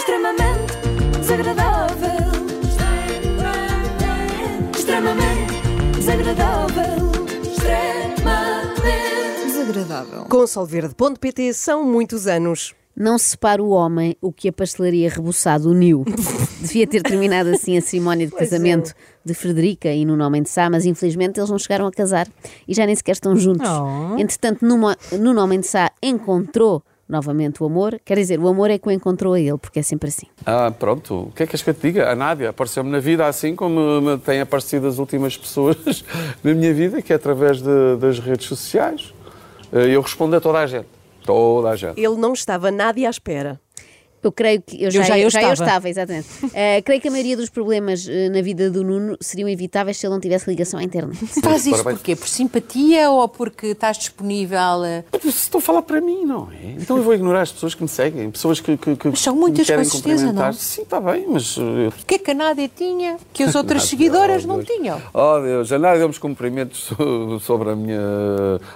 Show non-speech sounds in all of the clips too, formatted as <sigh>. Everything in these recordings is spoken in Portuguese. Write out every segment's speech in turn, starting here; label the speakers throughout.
Speaker 1: extremamente desagradável. Extremamente desagradável. Extremamente desagradável.
Speaker 2: Com solverde.pt são muitos anos.
Speaker 3: Não separa o homem o que a pastelaria reboçado
Speaker 2: <laughs>
Speaker 3: uniu. Devia ter terminado assim a cerimónia de
Speaker 2: Pois
Speaker 3: casamento
Speaker 2: é.
Speaker 3: de Frederica e Nuno Homem de Sá, mas infelizmente eles não chegaram a casar e já nem sequer estão juntos.
Speaker 2: Oh.
Speaker 3: Entretanto, Nuno, Nuno Homem de Sá encontrou novamente o amor. Quer dizer, o amor é que o encontrou a ele, porque é sempre assim.
Speaker 4: Ah, pronto. O que é que és que eu te diga? A Nádia apareceu-me na vida assim como me têm aparecido as últimas <laughs> pessoas na minha vida, que é através de- das redes sociais. Eh, Eu respondo a toda a gente. Toda a gente.
Speaker 2: Ele não estava nada à espera.
Speaker 3: Eu creio que. Eu já,
Speaker 2: já eu estava. <laughs>
Speaker 3: estava, exatamente. Eh, creio que a maioria dos problemas eh, na vida do Nuno seriam evitáveis se ele não tivesse ligação à internet.
Speaker 5: Faz isto
Speaker 4: Parabéns.
Speaker 5: porquê? Por simpatia ou porque estás disponível? eh?
Speaker 4: Mas vocês Estão a falar para mim, não é? Então eu vou ignorar as pessoas que me seguem, pessoas que, que, que
Speaker 5: Mas são
Speaker 4: que
Speaker 5: muitas,
Speaker 4: me querem
Speaker 5: com certeza, não?
Speaker 4: cumprimentar.
Speaker 5: é?
Speaker 4: Sim, está bem, mas eh,
Speaker 5: O que é que a Nádia tinha que
Speaker 4: <laughs>
Speaker 5: as outras seguidoras não tinham?
Speaker 4: Oh Deus, a Nádia deu-me os cumprimentos <laughs> so- sobre a minha.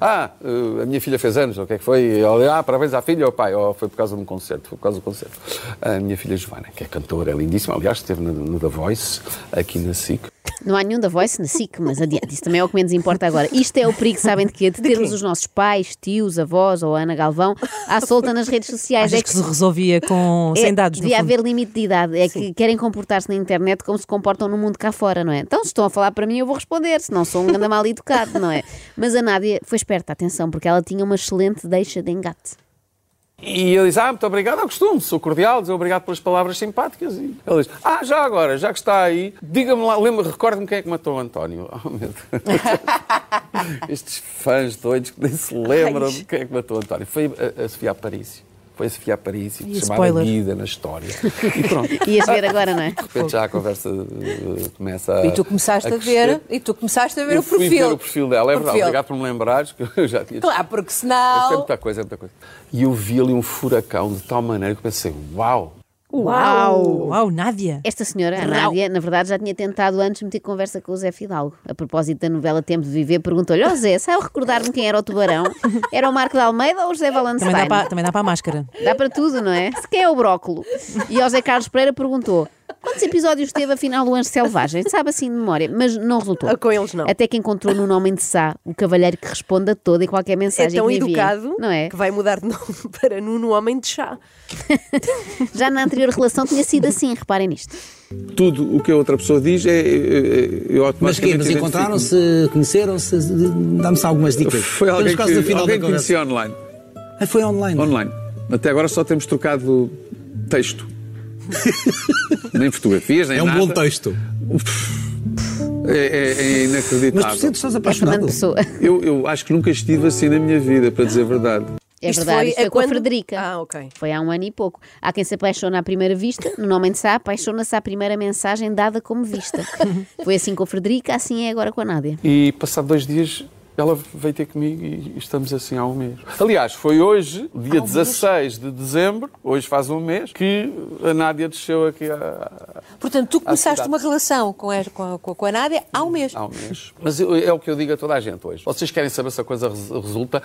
Speaker 4: Ah, eh, a minha filha fez anos, o que é que foi? Ela, Ah, parabéns à filha ou ao pai? Oh, foi por causa de um concerto, foi por causa do concerto. A minha filha Joana, que é cantora, é lindíssima, aliás, esteve no, no The Voice, aqui na SIC.
Speaker 3: Não há nenhum da Voice na SIC, mas adiante, isso também é o que menos importa agora. Isto é o perigo, sabem de quê? De termos os nossos pais, tios, avós ou a Ana Galvão à solta nas redes sociais.
Speaker 6: Achas
Speaker 3: É
Speaker 6: que se resolvia com
Speaker 3: é-
Speaker 6: sem dados no
Speaker 3: devia
Speaker 6: fundo.
Speaker 3: haver limite de idade. É que querem comportar-se na internet como se comportam no mundo cá fora, não é? Então, se estão a falar para mim, eu vou responder, se não sou um ganda mal educado, não é? Mas a Nádia foi esperta, atenção, porque ela tinha uma excelente deixa de engate.
Speaker 4: E ele diz, ah, muito obrigado, ao costume, sou cordial, dizer obrigado pelas palavras simpáticas. E ele diz, ah, já agora, já que está aí, diga-me lá, lembra, recorda-me quem é que matou o António. <laughs> Oh, meu Deus. Estes fãs doidos que nem se lembram de quem é que matou o António. Foi a, a Sofia Aparício. Foi a Sofia Aparício,
Speaker 6: Ih,
Speaker 4: chamada
Speaker 6: spoiler.
Speaker 4: Vida na história. E pronto. De
Speaker 3: Ias ver agora, não é?
Speaker 4: repente já a conversa eh, começa a
Speaker 5: E tu começaste a,
Speaker 4: crescer.
Speaker 5: ver, e tu começaste a ver
Speaker 4: Eu
Speaker 5: o
Speaker 4: fui
Speaker 5: perfil.
Speaker 4: ver o perfil dela, é verdade.
Speaker 5: Perfil.
Speaker 4: Obrigado por me lembrares, que eu já tinha
Speaker 5: Claro, porque
Speaker 4: Isto é
Speaker 5: senão.
Speaker 4: muita coisa, é muita coisa. E eu vi ali um furacão de tal maneira que eu pensei, uau!
Speaker 6: Uau! Uau, Nádia!
Speaker 3: Esta senhora, a Nádia, na verdade já tinha tentado antes meter conversa com o Zé Fidalgo. A propósito da novela Tempo de Viver, perguntou-lhe: Ó Zé, sabe recordar-me quem era o tubarão? Era o Marco de Almeida ou o José Valenstein?
Speaker 6: Também dá, para, também dá para a máscara.
Speaker 3: Dá para tudo, não é? Se quem é o brócolo? E ao Zé Carlos Pereira perguntou: quantos episódios teve afinal do Anjo Selvagem? Sabe assim de memória, mas não resultou.
Speaker 2: Ah, com eles não.
Speaker 3: Até que encontrou no nome de Sá o cavalheiro que responde a toda e qualquer
Speaker 2: É
Speaker 3: mensagem
Speaker 2: tão
Speaker 3: que lhe enviem,
Speaker 2: educado
Speaker 3: não é?
Speaker 2: que vai mudar de <laughs> nome para Nuno Homem de Chá.
Speaker 3: Já na anterior relação tinha sido assim, reparem nisto.
Speaker 4: Tudo o que a outra pessoa diz é, é, é eu automaticamente
Speaker 7: Mas quê? Mas
Speaker 4: identifico.
Speaker 7: encontraram-se, conheceram-se? Dá-me algumas dicas.
Speaker 4: Foi alguém
Speaker 7: Estamos
Speaker 4: que,
Speaker 7: quase no final
Speaker 4: alguém
Speaker 7: da
Speaker 4: que
Speaker 7: conversa.
Speaker 4: conhecia online.
Speaker 7: Ah, foi online.
Speaker 4: Online. Até agora só temos trocado
Speaker 7: <laughs>
Speaker 4: texto. nem fotografias, nem
Speaker 7: É um
Speaker 4: nada.
Speaker 7: bom texto.
Speaker 4: É, é- é
Speaker 7: Mas tu
Speaker 4: inacreditável.
Speaker 7: sentes
Speaker 5: É
Speaker 7: estás
Speaker 3: Fernando
Speaker 7: apaixonado?
Speaker 3: Pessoa.
Speaker 4: eu, eu acho que nunca estive assim na minha vida, para dizer a verdade.
Speaker 3: É
Speaker 2: Isto
Speaker 3: verdade,
Speaker 2: foi
Speaker 3: isto foi
Speaker 2: a
Speaker 3: com a
Speaker 2: quando?
Speaker 3: Frederica.
Speaker 2: Ah, ok.
Speaker 3: Foi há um ano e pouco. Há quem se apaixona à primeira vista, no nome de Sá, apaixona-se à primeira mensagem dada como
Speaker 6: <laughs>
Speaker 3: vista. Foi assim com a Frederica, assim é agora com a Nádia.
Speaker 4: E passado dois dias ela veio ter comigo e estamos assim há um mês. Aliás, foi hoje, dia 16 de dezembro, hoje faz um mês, que a Nádia desceu aqui há,
Speaker 5: Portanto,
Speaker 4: Ah,
Speaker 5: tu começaste
Speaker 4: cidade.
Speaker 5: uma relação com a, com, a, com a Nádia há um mês.
Speaker 4: há um mês. <laughs> Mas eu- é o que eu digo a toda a gente hoje. Vocês querem saber se a coisa res- resulta?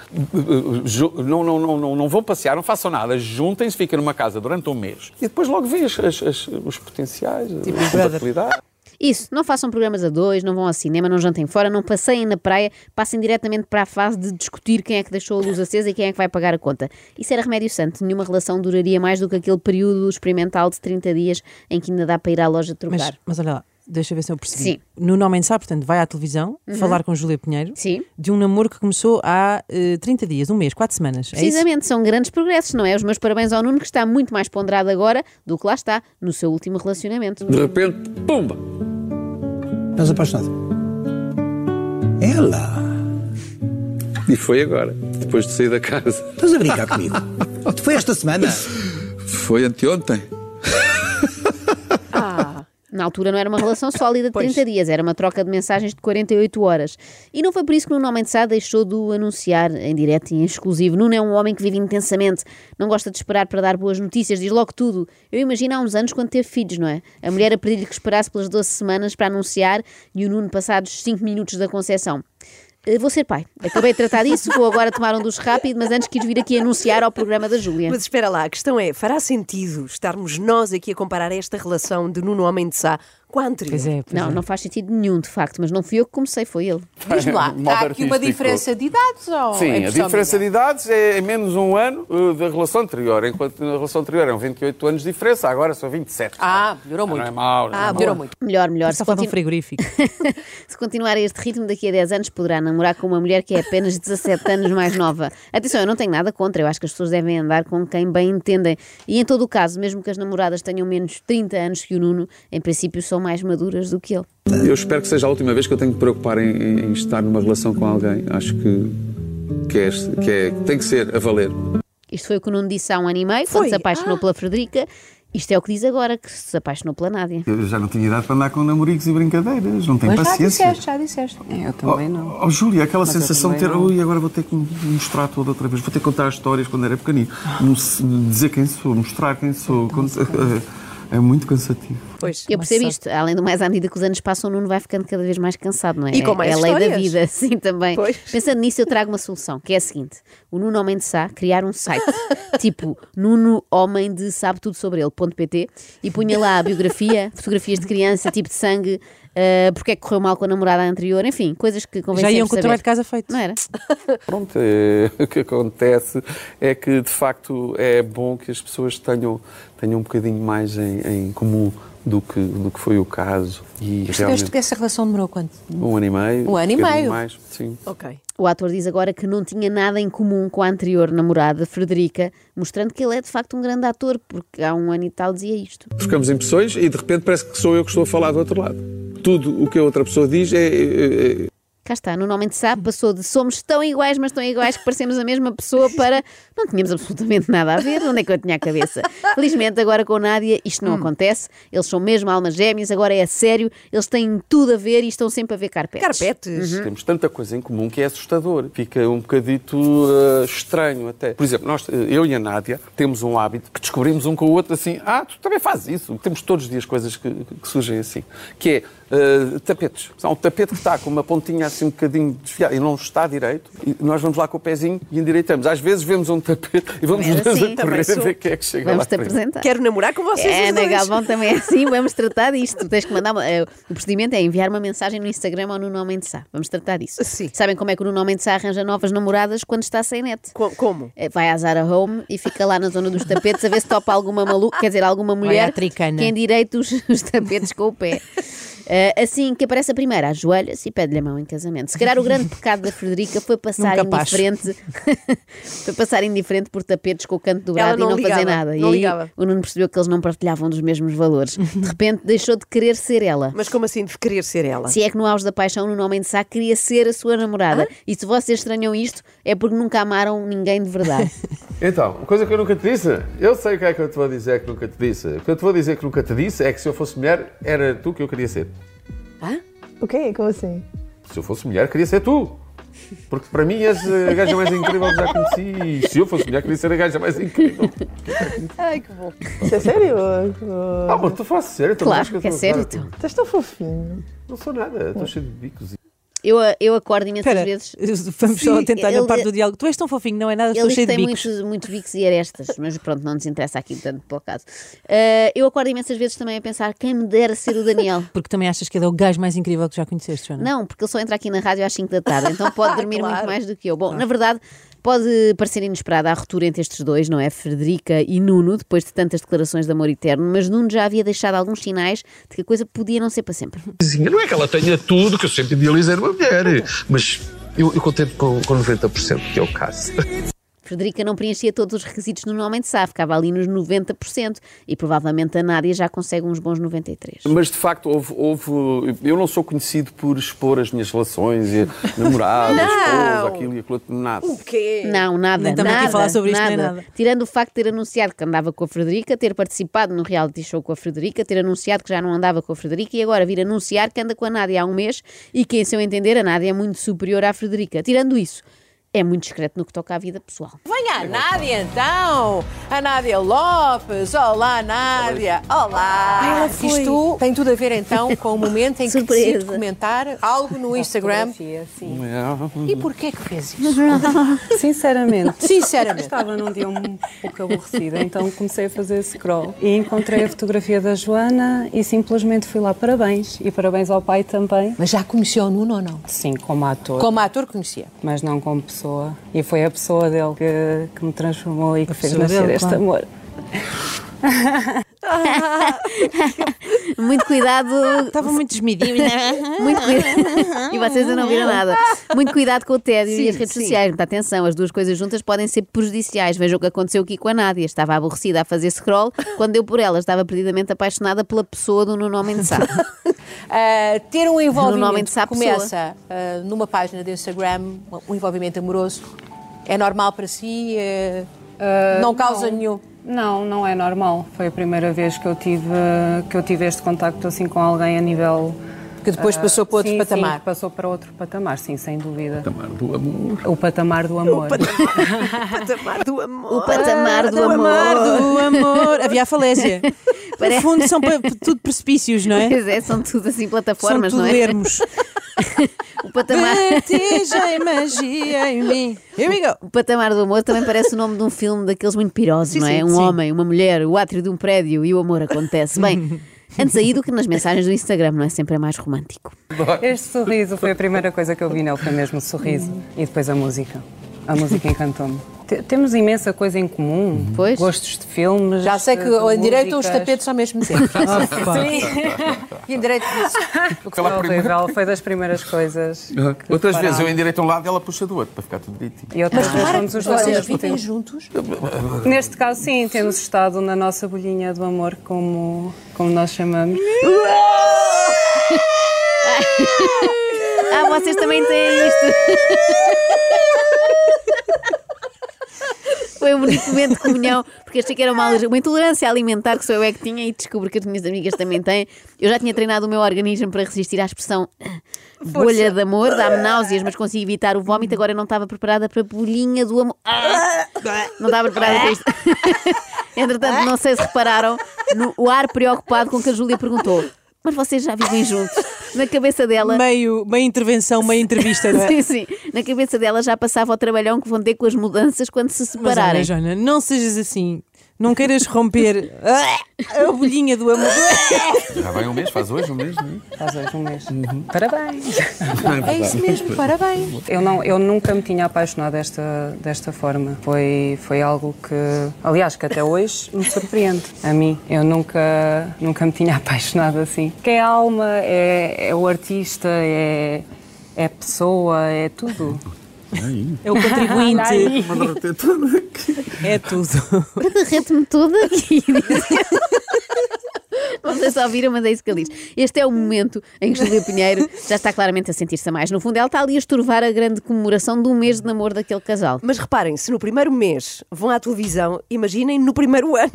Speaker 4: Ju- Não, não, não, não, não vão passear, não façam nada. Juntem-se, fiquem numa casa durante um mês Tipo um e depois logo vês as- as- os potenciais, a compatibilidade.
Speaker 3: Isso, não façam programas a dois, não vão ao cinema, não jantem fora, não passeiem na praia, passem diretamente para a fase de discutir quem é que deixou a luz acesa e quem é que vai pagar a conta. Isso era remédio santo, nenhuma relação duraria mais do que aquele período experimental de 30 dias em que ainda dá para ir à loja trocar.
Speaker 6: Mas, mas olha lá, deixa eu ver se eu percebi.
Speaker 3: Sim.
Speaker 6: Nuno Homem de Sá, portanto, vai à televisão falar com Júlia Pinheiro
Speaker 3: Uhum. Sim.
Speaker 6: de um namoro que começou há eh, 30 dias, um mês, 4 semanas. É isso?
Speaker 3: Precisamente, são grandes progressos, não é? Os meus parabéns ao Nuno, que está muito mais ponderado agora do que lá está no seu último relacionamento.
Speaker 4: De repente, pumba!
Speaker 7: Estás apaixonado? Ela!
Speaker 4: E foi agora, depois de sair da casa.
Speaker 7: Estás a
Speaker 4: <laughs>
Speaker 7: brincar comigo? Foi esta semana?
Speaker 4: Foi anteontem.
Speaker 3: Na altura não era uma relação sólida de 30 dias, era uma troca de mensagens de 48 horas. E não foi por isso que Nuno Homem de Sá deixou de o anunciar em direto e em exclusivo. Nuno é um homem que vive intensamente, não gosta de esperar para dar boas notícias, diz logo tudo. Eu imagino há uns anos quando teve filhos, não é? A mulher a pedir-lhe que esperasse pelas 12 semanas para anunciar e o Nuno passados 5 minutos da concessão. Eh, Vou ser pai. Acabei de tratar disso, vou agora tomar um duche rápido, mas antes quis vir aqui anunciar ao programa da Júlia.
Speaker 2: Mas espera lá, a questão é: fará sentido estarmos nós aqui a comparar esta relação de Nuno Homem de Sá com a anterior?
Speaker 6: Pois é, pois
Speaker 3: Não,
Speaker 6: é.
Speaker 3: não faz sentido nenhum, de facto, mas não fui eu que comecei, foi ele.
Speaker 5: Diz
Speaker 4: <laughs>
Speaker 5: lá,
Speaker 4: Modo
Speaker 5: há aqui uma
Speaker 4: artístico.
Speaker 5: diferença de idades ou é
Speaker 4: Sim, a
Speaker 5: impressão
Speaker 4: diferença de
Speaker 5: minha?
Speaker 4: idades é é menos um ano eh, da relação anterior, enquanto na relação anterior eram 28 anos de diferença, agora são 27.
Speaker 5: Ah, melhorou
Speaker 4: Não
Speaker 5: muito.
Speaker 4: é mau, não é
Speaker 5: Ah,
Speaker 4: mau.
Speaker 5: melhorou muito.
Speaker 3: Melhor, melhor.
Speaker 6: Só
Speaker 3: Se,
Speaker 6: falta um
Speaker 3: continu-
Speaker 6: frigorífico.
Speaker 3: <laughs> se continuar a este ritmo, daqui a 10 anos poderá namorar com uma mulher que é apenas 17 anos mais nova. Atenção, eu não tenho nada contra, eu acho que as pessoas devem andar com quem bem entendem. E em todo o caso, mesmo que as namoradas tenham menos 30 anos que o Nuno, em princípio são mais maduras do que ele.
Speaker 8: Eu espero que seja a última vez que eu tenho que me preocupar em, em- em estar numa relação com alguém. Acho que, que, é, este- que é- tem que ser a valer.
Speaker 3: Isto foi o que o Nuno disse há um ano e meio,
Speaker 2: Foi?
Speaker 3: quando se apaixonou
Speaker 6: Ah!
Speaker 3: pela Frederica. Isto é o que diz agora, que se apaixonou pela Nádia.
Speaker 8: Eu já não tinha idade para andar com namoricos e brincadeiras, não tenho
Speaker 5: Mas já disseste, já disseste.
Speaker 9: Eu também não.
Speaker 8: Oh, Júlia, aquela
Speaker 9: eu
Speaker 8: sensação de ter.
Speaker 9: também não.
Speaker 8: Ui, agora vou ter que me mostrar tudo outra vez, vou ter que contar as histórias quando era pequenino, Não se- dizer quem sou, mostrar quem sou. cont- <laughs> É, muito cansativo.
Speaker 2: Pois.
Speaker 3: Eu percebo isto. Além do mais, à medida que os anos passam, o Nuno vai ficando cada vez mais cansado, não é?
Speaker 2: E com mais
Speaker 3: é a lei da
Speaker 2: histórias.
Speaker 3: vida, <laughs> sim, também.
Speaker 2: Pois.
Speaker 3: Pensando nisso, eu trago uma solução, que é a seguinte: o Nuno Homem de Sá criar um site, <laughs> tipo Nuno Homem de Sabe Tudo Sobre Ele.pt e punha lá a biografia, <laughs> fotografias de criança, tipo de sangue, ah, porque é que correu mal com a namorada anterior, enfim, coisas que convém
Speaker 6: Já iam
Speaker 3: sempre
Speaker 6: com o
Speaker 3: saber.
Speaker 6: trabalho de casa feito.
Speaker 3: Não era?
Speaker 4: Pronto, é, <laughs> o que acontece é que de facto é bom que as pessoas tenham, tenham um bocadinho mais em, em comum do que, do que foi o caso. E
Speaker 5: Percebeste
Speaker 4: realmente
Speaker 5: que essa relação demorou quanto?
Speaker 4: um ano e meio.
Speaker 5: Um ano e
Speaker 4: bocadinho
Speaker 5: meio.
Speaker 4: Mais, sim.
Speaker 2: Ok.
Speaker 3: O ator diz agora que não tinha nada em comum com a anterior namorada, Frederica, mostrando que ele é de facto um grande ator, porque há um ano e tal dizia isto.
Speaker 8: Trocamos impressões e de repente parece que sou eu que estou a falar do outro lado. Tudo o que a outra pessoa diz é- é- é,
Speaker 3: Cá está, no Normalmente Sabe passou de somos tão iguais, mas tão iguais que parecemos a mesma pessoa para não tínhamos absolutamente nada a ver, onde é que eu tinha a cabeça? Felizmente agora com a Nádia isto
Speaker 2: Hum.
Speaker 3: não acontece, eles são mesmo almas gêmeas, agora é a sério, eles têm tudo a ver e estão sempre a ver carpetes.
Speaker 2: Carpetes.
Speaker 4: Temos tanta coisa em comum que é assustador. Fica um bocadito eh, estranho até. Por exemplo, nós, eh, eu e a Nádia temos um hábito que descobrimos um com o outro assim, ah, tu também fazes isso. Temos todos os dias coisas que, que surgem assim, que é eh, tapetes. Há um tapete que está com uma pontinha assim um bocadinho desfiada e não está direito. E nós vamos lá com o pezinho e endireitamos. Às vezes vemos um tapete e vamos
Speaker 3: Era
Speaker 4: os dois
Speaker 3: assim.
Speaker 4: a correr
Speaker 2: Também
Speaker 4: a
Speaker 2: sou.
Speaker 4: ver quem é que chega lá. à
Speaker 3: Vamos-te
Speaker 4: frente.
Speaker 3: apresentar.
Speaker 2: Quero namorar com vocês.
Speaker 3: Uhum. É,
Speaker 2: os
Speaker 3: Ana
Speaker 2: dois.
Speaker 3: Galvão também é assim, vamos tratar disto. Tens que mandar uma- eh, o procedimento é enviar uma mensagem no Instagram ou no Nome de Sá. Vamos tratar disso.
Speaker 2: Sim.
Speaker 3: Sabem como é que o Nome de Sá arranja novas namoradas quando está sem net?
Speaker 2: Co- Como?
Speaker 3: Eh, Vai à Zara Home e fica lá na zona dos tapetes a ver se topa alguma maluca, quer dizer, alguma
Speaker 6: à
Speaker 3: mulher
Speaker 6: Tricana.
Speaker 3: que endireite os, os tapetes com o
Speaker 2: <laughs>
Speaker 3: pé. Eh, assim que aparece a primeira, ajoelha-se e pede-lhe a mão em casamento. Se calhar o grande pecado da Frederica foi passar
Speaker 6: Nunca passo.
Speaker 3: indiferente <laughs> foi passar indiferente por tapetes com o canto
Speaker 2: Ela
Speaker 3: dobrado
Speaker 2: não
Speaker 3: e não fazer
Speaker 2: ligava,
Speaker 3: nada.
Speaker 2: não
Speaker 3: e aí
Speaker 2: ligava.
Speaker 3: o Nuno percebeu que eles não partilhavam dos mesmos valores. De repente deixou de querer ser ela.
Speaker 2: Mas como assim de querer ser ela?
Speaker 3: Se é que no auge da paixão, no Homem de Sá queria ser a sua namorada. E se vocês estranham isto, é porque nunca amaram ninguém de verdade.
Speaker 10: Então, uma coisa que eu nunca te disse, eu sei o que é que eu te vou dizer que nunca te disse. O que eu te vou dizer que nunca te disse é que se eu fosse mulher, era tu que eu queria ser.
Speaker 11: O quê? Como assim?
Speaker 10: Se eu fosse mulher, queria ser tu. Porque para mim és a gaja mais incrível que já conheci. E se eu fosse mulher, queria ser a gaja mais incrível.
Speaker 11: Ai, que bom. Isso é sério?
Speaker 10: Ah, mas tu fazes sério, tu não achas
Speaker 3: claro,
Speaker 10: eu
Speaker 3: que é
Speaker 10: sou-
Speaker 3: sério, então.
Speaker 11: Estás tão fofinho.
Speaker 10: Não sou nada, estou cheio de bicos.
Speaker 3: Eu, eu acordo imensas
Speaker 6: Espera,
Speaker 3: vezes.
Speaker 6: vamos só
Speaker 3: Sim,
Speaker 6: tentar
Speaker 3: ele-
Speaker 6: na parte do diálogo. Tu és tão fofinho, não é nada, estou
Speaker 3: Eles
Speaker 6: cheio de
Speaker 3: têm
Speaker 6: bicos.
Speaker 3: muito, muito bicos e arestas, mas pronto, não nos interessa aqui tanto pelo caso. Eh, eu acordo imensas vezes também a pensar quem me dera ser o
Speaker 6: <laughs>
Speaker 3: Daniel.
Speaker 6: Porque também achas que ele é o gajo mais incrível que já conheceste, Joana?
Speaker 3: Não, porque ele só entra aqui na rádio às 5 da tarde, então pode
Speaker 6: <laughs>
Speaker 3: dormir muito
Speaker 2: Claro.
Speaker 3: mais do que eu. Bom, na verdade, pode parecer inesperada a ruptura entre estes dois, não é? Frederica e Nuno, depois de tantas declarações de amor eterno, mas Nuno já havia deixado alguns sinais de que a coisa podia não ser para
Speaker 6: <laughs>
Speaker 3: sempre.
Speaker 10: Não é que ela tenha tudo que eu sempre idealizei numa mulher, mas eu, eu contento com, com 90%, que é o caso.
Speaker 3: Frederica não preenchia todos os requisitos do Nuno Homem de Sá, ficava ali nos 90% e provavelmente a Nádia já consegue uns bons 93%.
Speaker 4: Mas de facto houve, houve- Eu não sou conhecido por expor as minhas relações,
Speaker 5: <laughs>
Speaker 4: e namoradas, esposa, aquilo e aquilo, outro, nada.
Speaker 2: O quê?
Speaker 3: Não, nada.
Speaker 6: Nem estamos
Speaker 3: nada,
Speaker 6: aqui a falar sobre isto, nem nada.
Speaker 3: Tirando o facto de ter anunciado que andava com a Frederica, ter participado no reality show com a Frederica, ter anunciado que já não andava com a Frederica e agora vir anunciar que anda com a Nádia há um mês e que, em seu entender, a Nádia é muito superior à Frederica. Tirando isso. é muito discreto no que toca à vida pessoal.
Speaker 5: Venha a Nádia então! A Nádia Lopes! Olá, Nádia! Olá! Isto tem tudo a ver então com o momento em que
Speaker 3: Surpresa.
Speaker 5: decide comentar algo no Instagram.
Speaker 11: sim.
Speaker 4: é? Ah,
Speaker 5: E porquê que fez isso?
Speaker 11: Sinceramente.
Speaker 5: Sinceramente.
Speaker 11: Estava num dia um pouco aborrecida, então comecei a fazer scroll e encontrei a fotografia da Joana e simplesmente fui lá parabéns e parabéns ao pai também.
Speaker 5: Mas já conheceu o Nuno ou não?
Speaker 11: Sim, como ator,
Speaker 5: Como ator conhecia. <laughs>
Speaker 11: mas não como pessoa. E foi a pessoa dele que, que me transformou e que fez
Speaker 6: pessoa
Speaker 11: nascer
Speaker 6: dele,
Speaker 11: este
Speaker 6: claro.
Speaker 11: amor.
Speaker 3: Muito cuidado
Speaker 6: Estava muito desmedido. né?
Speaker 3: <laughs> Muito cuidado. <laughs> E vocês ainda não viram nada. Muito cuidado com o tédio e as redes sociais. Muita atenção, as duas coisas juntas podem ser prejudiciais. Vejam o que aconteceu aqui com a Nádia. Estava aborrecida a fazer scroll. Quando deu por ela, estava perdidamente apaixonada pela pessoa do Nuno Homem de
Speaker 6: <laughs>
Speaker 3: Sá.
Speaker 5: Ah, ter um
Speaker 3: Normalmente
Speaker 5: envolvimento que
Speaker 3: sabe pessoa.
Speaker 5: começa ah, numa página do Instagram, um envolvimento amoroso, é normal para si? Eh, não causa nenhum?
Speaker 11: Não, não é normal. Foi a primeira vez que eu tive, que eu tive este contacto assim com alguém a nível. ah,
Speaker 5: Que depois passou para outro
Speaker 11: Sim, sim,
Speaker 5: patamar.
Speaker 11: que passou para outro patamar, sim, sem dúvida.
Speaker 8: Amar do amor.
Speaker 11: O patamar do amor.
Speaker 2: Patamar do amor.
Speaker 3: O patamar do amor.
Speaker 6: amor, do amor. Havia
Speaker 3: <laughs>
Speaker 6: a falésia.
Speaker 3: Parece-
Speaker 6: No fundo, são pa- tudo precipícios, não é?
Speaker 3: Pois é, são tudo assim
Speaker 6: São
Speaker 3: plataformas,
Speaker 6: tudo
Speaker 3: não é?
Speaker 6: ermos.
Speaker 3: <laughs> O patamar.
Speaker 6: Bateja e magia em mim. Here we go.
Speaker 3: O patamar do amor também parece o nome de um filme daqueles muito pirosos, não é? um homem, uma mulher, o átrio de um prédio e o amor acontece.
Speaker 6: <laughs>
Speaker 3: Bem, antes aí do que nas mensagens do Instagram, não é? Sempre é mais romântico.
Speaker 11: Este sorriso foi a primeira coisa que eu vi nele, foi mesmo o sorriso. E depois a música. A música encantou-me. Te- Temos imensa coisa em comum.
Speaker 3: Pois.
Speaker 11: Gostos de filmes.
Speaker 5: Já sei que é
Speaker 11: de
Speaker 5: ou em direito ou os
Speaker 11: eh, músicas. Ah,
Speaker 5: tapetes ao
Speaker 11: <laughs>
Speaker 5: mesmo tempo. <laughs> E em direito disso.
Speaker 11: Foi horrível, foi das primeiras coisas. que
Speaker 4: Outras
Speaker 11: repararam.
Speaker 4: vezes eu endireito um lado e ela puxa do outro, para ficar tudo direitinho.
Speaker 11: E outras vezes fomos os dois ao
Speaker 5: Vocês
Speaker 11: mesmo
Speaker 5: vivem
Speaker 11: tempo.
Speaker 5: juntos?
Speaker 11: Neste caso, sim, temos estado na nossa bolhinha do amor, como, como nós chamamos.
Speaker 3: Ah, vocês também têm isto. Foi um bonito momento de comunhão, porque achei que era uma, alergia- uma intolerância alimentar que sou eu é que tinha e descubro que as minhas amigas também têm. Eu já tinha treinado o meu organismo para resistir à expressão bolha de amor, dá-me náuseas, mas consigo evitar o vómito. Agora eu não estava preparada para a bolhinha do amor. Ah! Não estava preparada para isto. Entretanto, não sei se repararam no o ar preocupado com que a Júlia perguntou. Mas vocês já vivem juntos? Na cabeça dela,
Speaker 6: Meio, meio intervenção, meio entrevista, não é?
Speaker 3: <laughs> Sim, sim. Na cabeça dela já passava o trabalhão que vão ter com as mudanças quando se
Speaker 6: Mas olha,
Speaker 3: separarem. <laughs>
Speaker 6: Joana, não sejas assim. Não queiras romper Ah, a bolhinha
Speaker 3: <laughs>
Speaker 6: do amor.
Speaker 4: Já vai um mês, faz hoje um mês, não é?
Speaker 11: Faz hoje um mês. Parabéns!
Speaker 5: É isso mesmo, parabéns.
Speaker 11: Eu, não, eu nunca me tinha apaixonado desta, desta forma. Foi, foi algo que, aliás, que até hoje me surpreende. A mim, eu nunca, nunca me tinha <laughs> apaixonado assim. Que é a alma, é, é o artista, é, é a pessoa, é tudo.
Speaker 6: É o contribuinte. É tudo.
Speaker 3: Eu derreto-me toda
Speaker 6: <laughs>
Speaker 3: aqui. Vocês só viram, mas é isso que ele diz. Este é o momento em que Júlia Pinheiro já está claramente a sentir-se a mais. No fundo, ela está ali a estorvar a grande comemoração de um mês de namoro daquele casal.
Speaker 2: Mas reparem, se no primeiro mês vão à televisão, imaginem no primeiro <laughs> ano.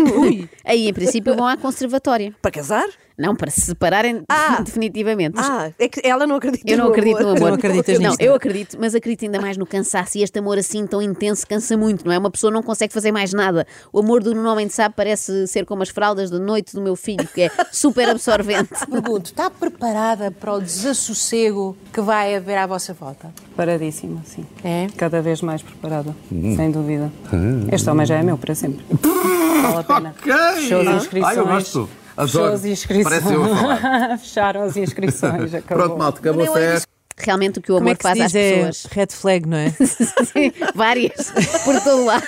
Speaker 3: Aí, em princípio, vão à conservatória.
Speaker 2: Para casar?
Speaker 3: Não, para se separarem
Speaker 2: Ah.
Speaker 3: definitivamente.
Speaker 2: Ah, é que ela não acredita
Speaker 3: Eu não
Speaker 2: no
Speaker 3: acredito no
Speaker 2: amor.
Speaker 3: amor.
Speaker 6: não é? acreditas
Speaker 3: Não,
Speaker 6: nisto.
Speaker 3: eu acredito, mas acredito ainda mais no cansaço. E este amor assim tão intenso cansa muito, não é? Uma pessoa não consegue fazer mais nada. O amor do Nuno Homem de Sá parece ser como as fraldas da noite do meu filho, que é super absorvente.
Speaker 6: <laughs>
Speaker 5: Pergunto, está preparada para o desassossego que vai haver à vossa volta?
Speaker 11: Paradíssima, sim.
Speaker 5: É?
Speaker 11: Cada vez mais preparada,
Speaker 8: Hum.
Speaker 11: sem dúvida.
Speaker 8: Ah.
Speaker 11: Este homem já é meu
Speaker 8: <laughs>
Speaker 11: para sempre. Vale a pena. Shows e inscrições.
Speaker 7: Ah,
Speaker 8: Ai, Ah, eu gosto. Adoro.
Speaker 11: Shows e inscrições.
Speaker 8: Parece eu a falar.
Speaker 11: <laughs> Fecharam as inscrições.
Speaker 8: <laughs>
Speaker 11: Acabou.
Speaker 8: Pronto, malta, acabou a
Speaker 5: é
Speaker 8: festa.
Speaker 3: Realmente o que o
Speaker 6: Como
Speaker 3: amor
Speaker 6: é que se
Speaker 3: faz às
Speaker 6: diz? É
Speaker 3: pessoas.
Speaker 6: red flag, não é?
Speaker 3: Sim, Várias, por todo lado.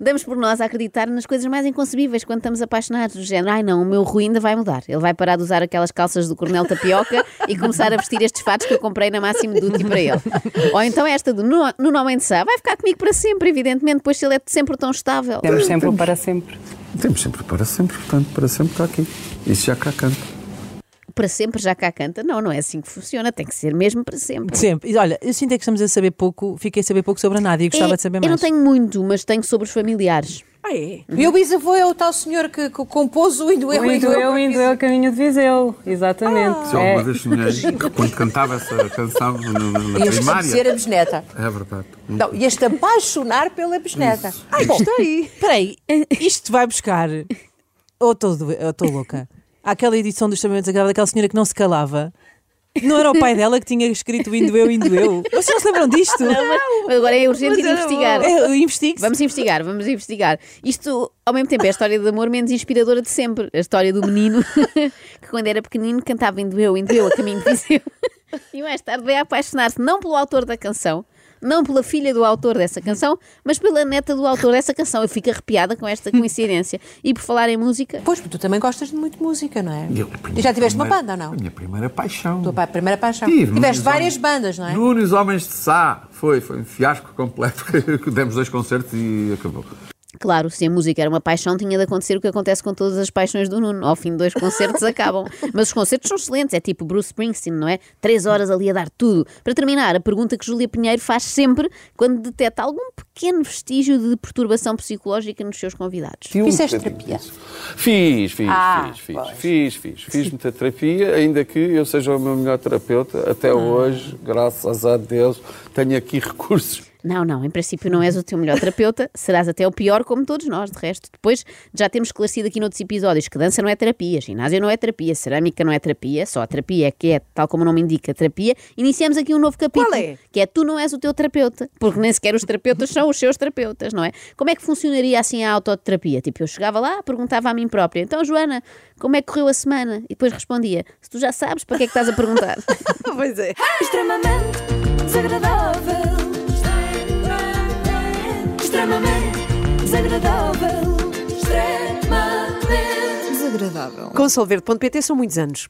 Speaker 3: Damos por nós a acreditar nas coisas mais inconcebíveis quando estamos apaixonados. Do género, ai não, o meu Rui ainda vai mudar. Ele vai parar de usar aquelas calças do Cornel Tapioca e começar a vestir estes fatos que eu comprei na Máximo Duty para ele. Ou então esta do Nu- Nuno Homem de Sá, vai ficar comigo para sempre, evidentemente, pois ele é sempre tão estável.
Speaker 11: Temos sempre o para sempre.
Speaker 8: Temos sempre para sempre, portanto, para sempre está aqui. Isso já cá canta.
Speaker 3: para sempre já cá canta. Não, não é assim que funciona, tem que ser mesmo para sempre.
Speaker 6: Sempre. E olha, eu sinto é que estamos a saber pouco, fiquei a saber pouco sobre a Nádia e gostava
Speaker 3: É,
Speaker 6: de saber
Speaker 3: Eu
Speaker 6: mais.
Speaker 3: não tenho muito, mas tenho sobre os familiares.
Speaker 2: Ah, é?
Speaker 5: Meu bisavô é o tal senhor que, que compôs o Indo Eu, é Ah.
Speaker 11: O Indo eu, Indo eu, caminho de Viseu, exatamente.
Speaker 8: Se alguma
Speaker 11: É.
Speaker 8: vez
Speaker 5: <laughs>
Speaker 8: sonhei, quando cantava essa canção na, na- na
Speaker 5: E eu costumo dizer
Speaker 8: primária.
Speaker 5: a bisneta.
Speaker 8: É verdade.
Speaker 5: Não, e este apaixonar pela bisneta. Ah,
Speaker 2: Ai, gostei.
Speaker 6: Espera aí, isto vai buscar. Ou estou louca. Aquela edição dos Sabamentos Agradável daquela senhora que não se calava. Não era o pai dela que tinha escrito Indo Eu, Indo Eu. Vocês não se lembram disto?
Speaker 3: Mas Agora é urgente ir
Speaker 2: era
Speaker 3: investigar.
Speaker 6: É, investigue-se.
Speaker 3: Vamos investigar, vamos investigar. Isto, ao mesmo tempo, é a história de amor menos inspiradora de sempre. A história do menino <laughs> que, quando era pequenino, cantava Indo Eu, Indo Eu, a caminho de Viseu. <laughs> E mais tarde veio a apaixonar-se não pelo autor da canção, não pela filha do autor dessa canção, mas pela neta do autor dessa canção. Eu fico arrepiada com esta coincidência. E por falar em música,
Speaker 5: Pois, porque tu também gostas de muito música, não é?
Speaker 8: Eu-
Speaker 5: e já tiveste uma
Speaker 8: primeira-
Speaker 5: banda ou não?
Speaker 8: A minha primeira paixão.
Speaker 5: Tua pa- primeira paixão.
Speaker 8: Tive,
Speaker 5: tiveste
Speaker 8: Nunes
Speaker 5: várias
Speaker 8: Homens-
Speaker 5: bandas, não é?
Speaker 8: Nunes Homens de Sá. Foi, foi um fiasco completo. <laughs> Demos dois concertos e acabou.
Speaker 3: Claro, se a música era uma paixão, tinha de acontecer o que acontece com todas as paixões do Nuno. Ao fim de dois concertos acabam. Mas os concertos são excelentes, é tipo Bruce Springsteen, não é? Três horas ali a dar tudo. Para terminar, a pergunta que Júlia Pinheiro faz sempre quando detecta algum pequeno vestígio de perturbação psicológica nos seus convidados.
Speaker 5: Fizeste terapia.
Speaker 4: Fiz, fiz,
Speaker 5: Ah,
Speaker 4: fiz, fiz,
Speaker 5: pois.
Speaker 4: fiz, fiz, fiz muita terapia, ainda que eu seja o meu melhor terapeuta,
Speaker 5: Ah.
Speaker 4: até hoje, graças a Deus, tenho aqui <laughs> recursos.
Speaker 3: Não, não, em princípio não és o teu melhor terapeuta, serás até o pior, como todos nós, de resto. Depois já temos esclarecido aqui noutros episódios que dança não é terapia, ginásio não é terapia, cerâmica não é terapia, só a terapia é que é, tal como o nome indica, terapia. Iniciamos aqui um novo capítulo,
Speaker 2: Qual é?
Speaker 3: que é tu não és o teu terapeuta, porque nem sequer os terapeutas são os seus terapeutas, não é? Como é que funcionaria assim a autoterapia? Tipo, eu chegava lá, perguntava a mim própria, então Joana, como é que correu a semana? E depois respondia, se tu já sabes, para que é que estás a perguntar?
Speaker 2: <laughs> Pois é.
Speaker 1: Extremamente desagradável. Extremamente desagradável. Extremamente desagradável.
Speaker 2: Com Solverde.pt são muitos anos.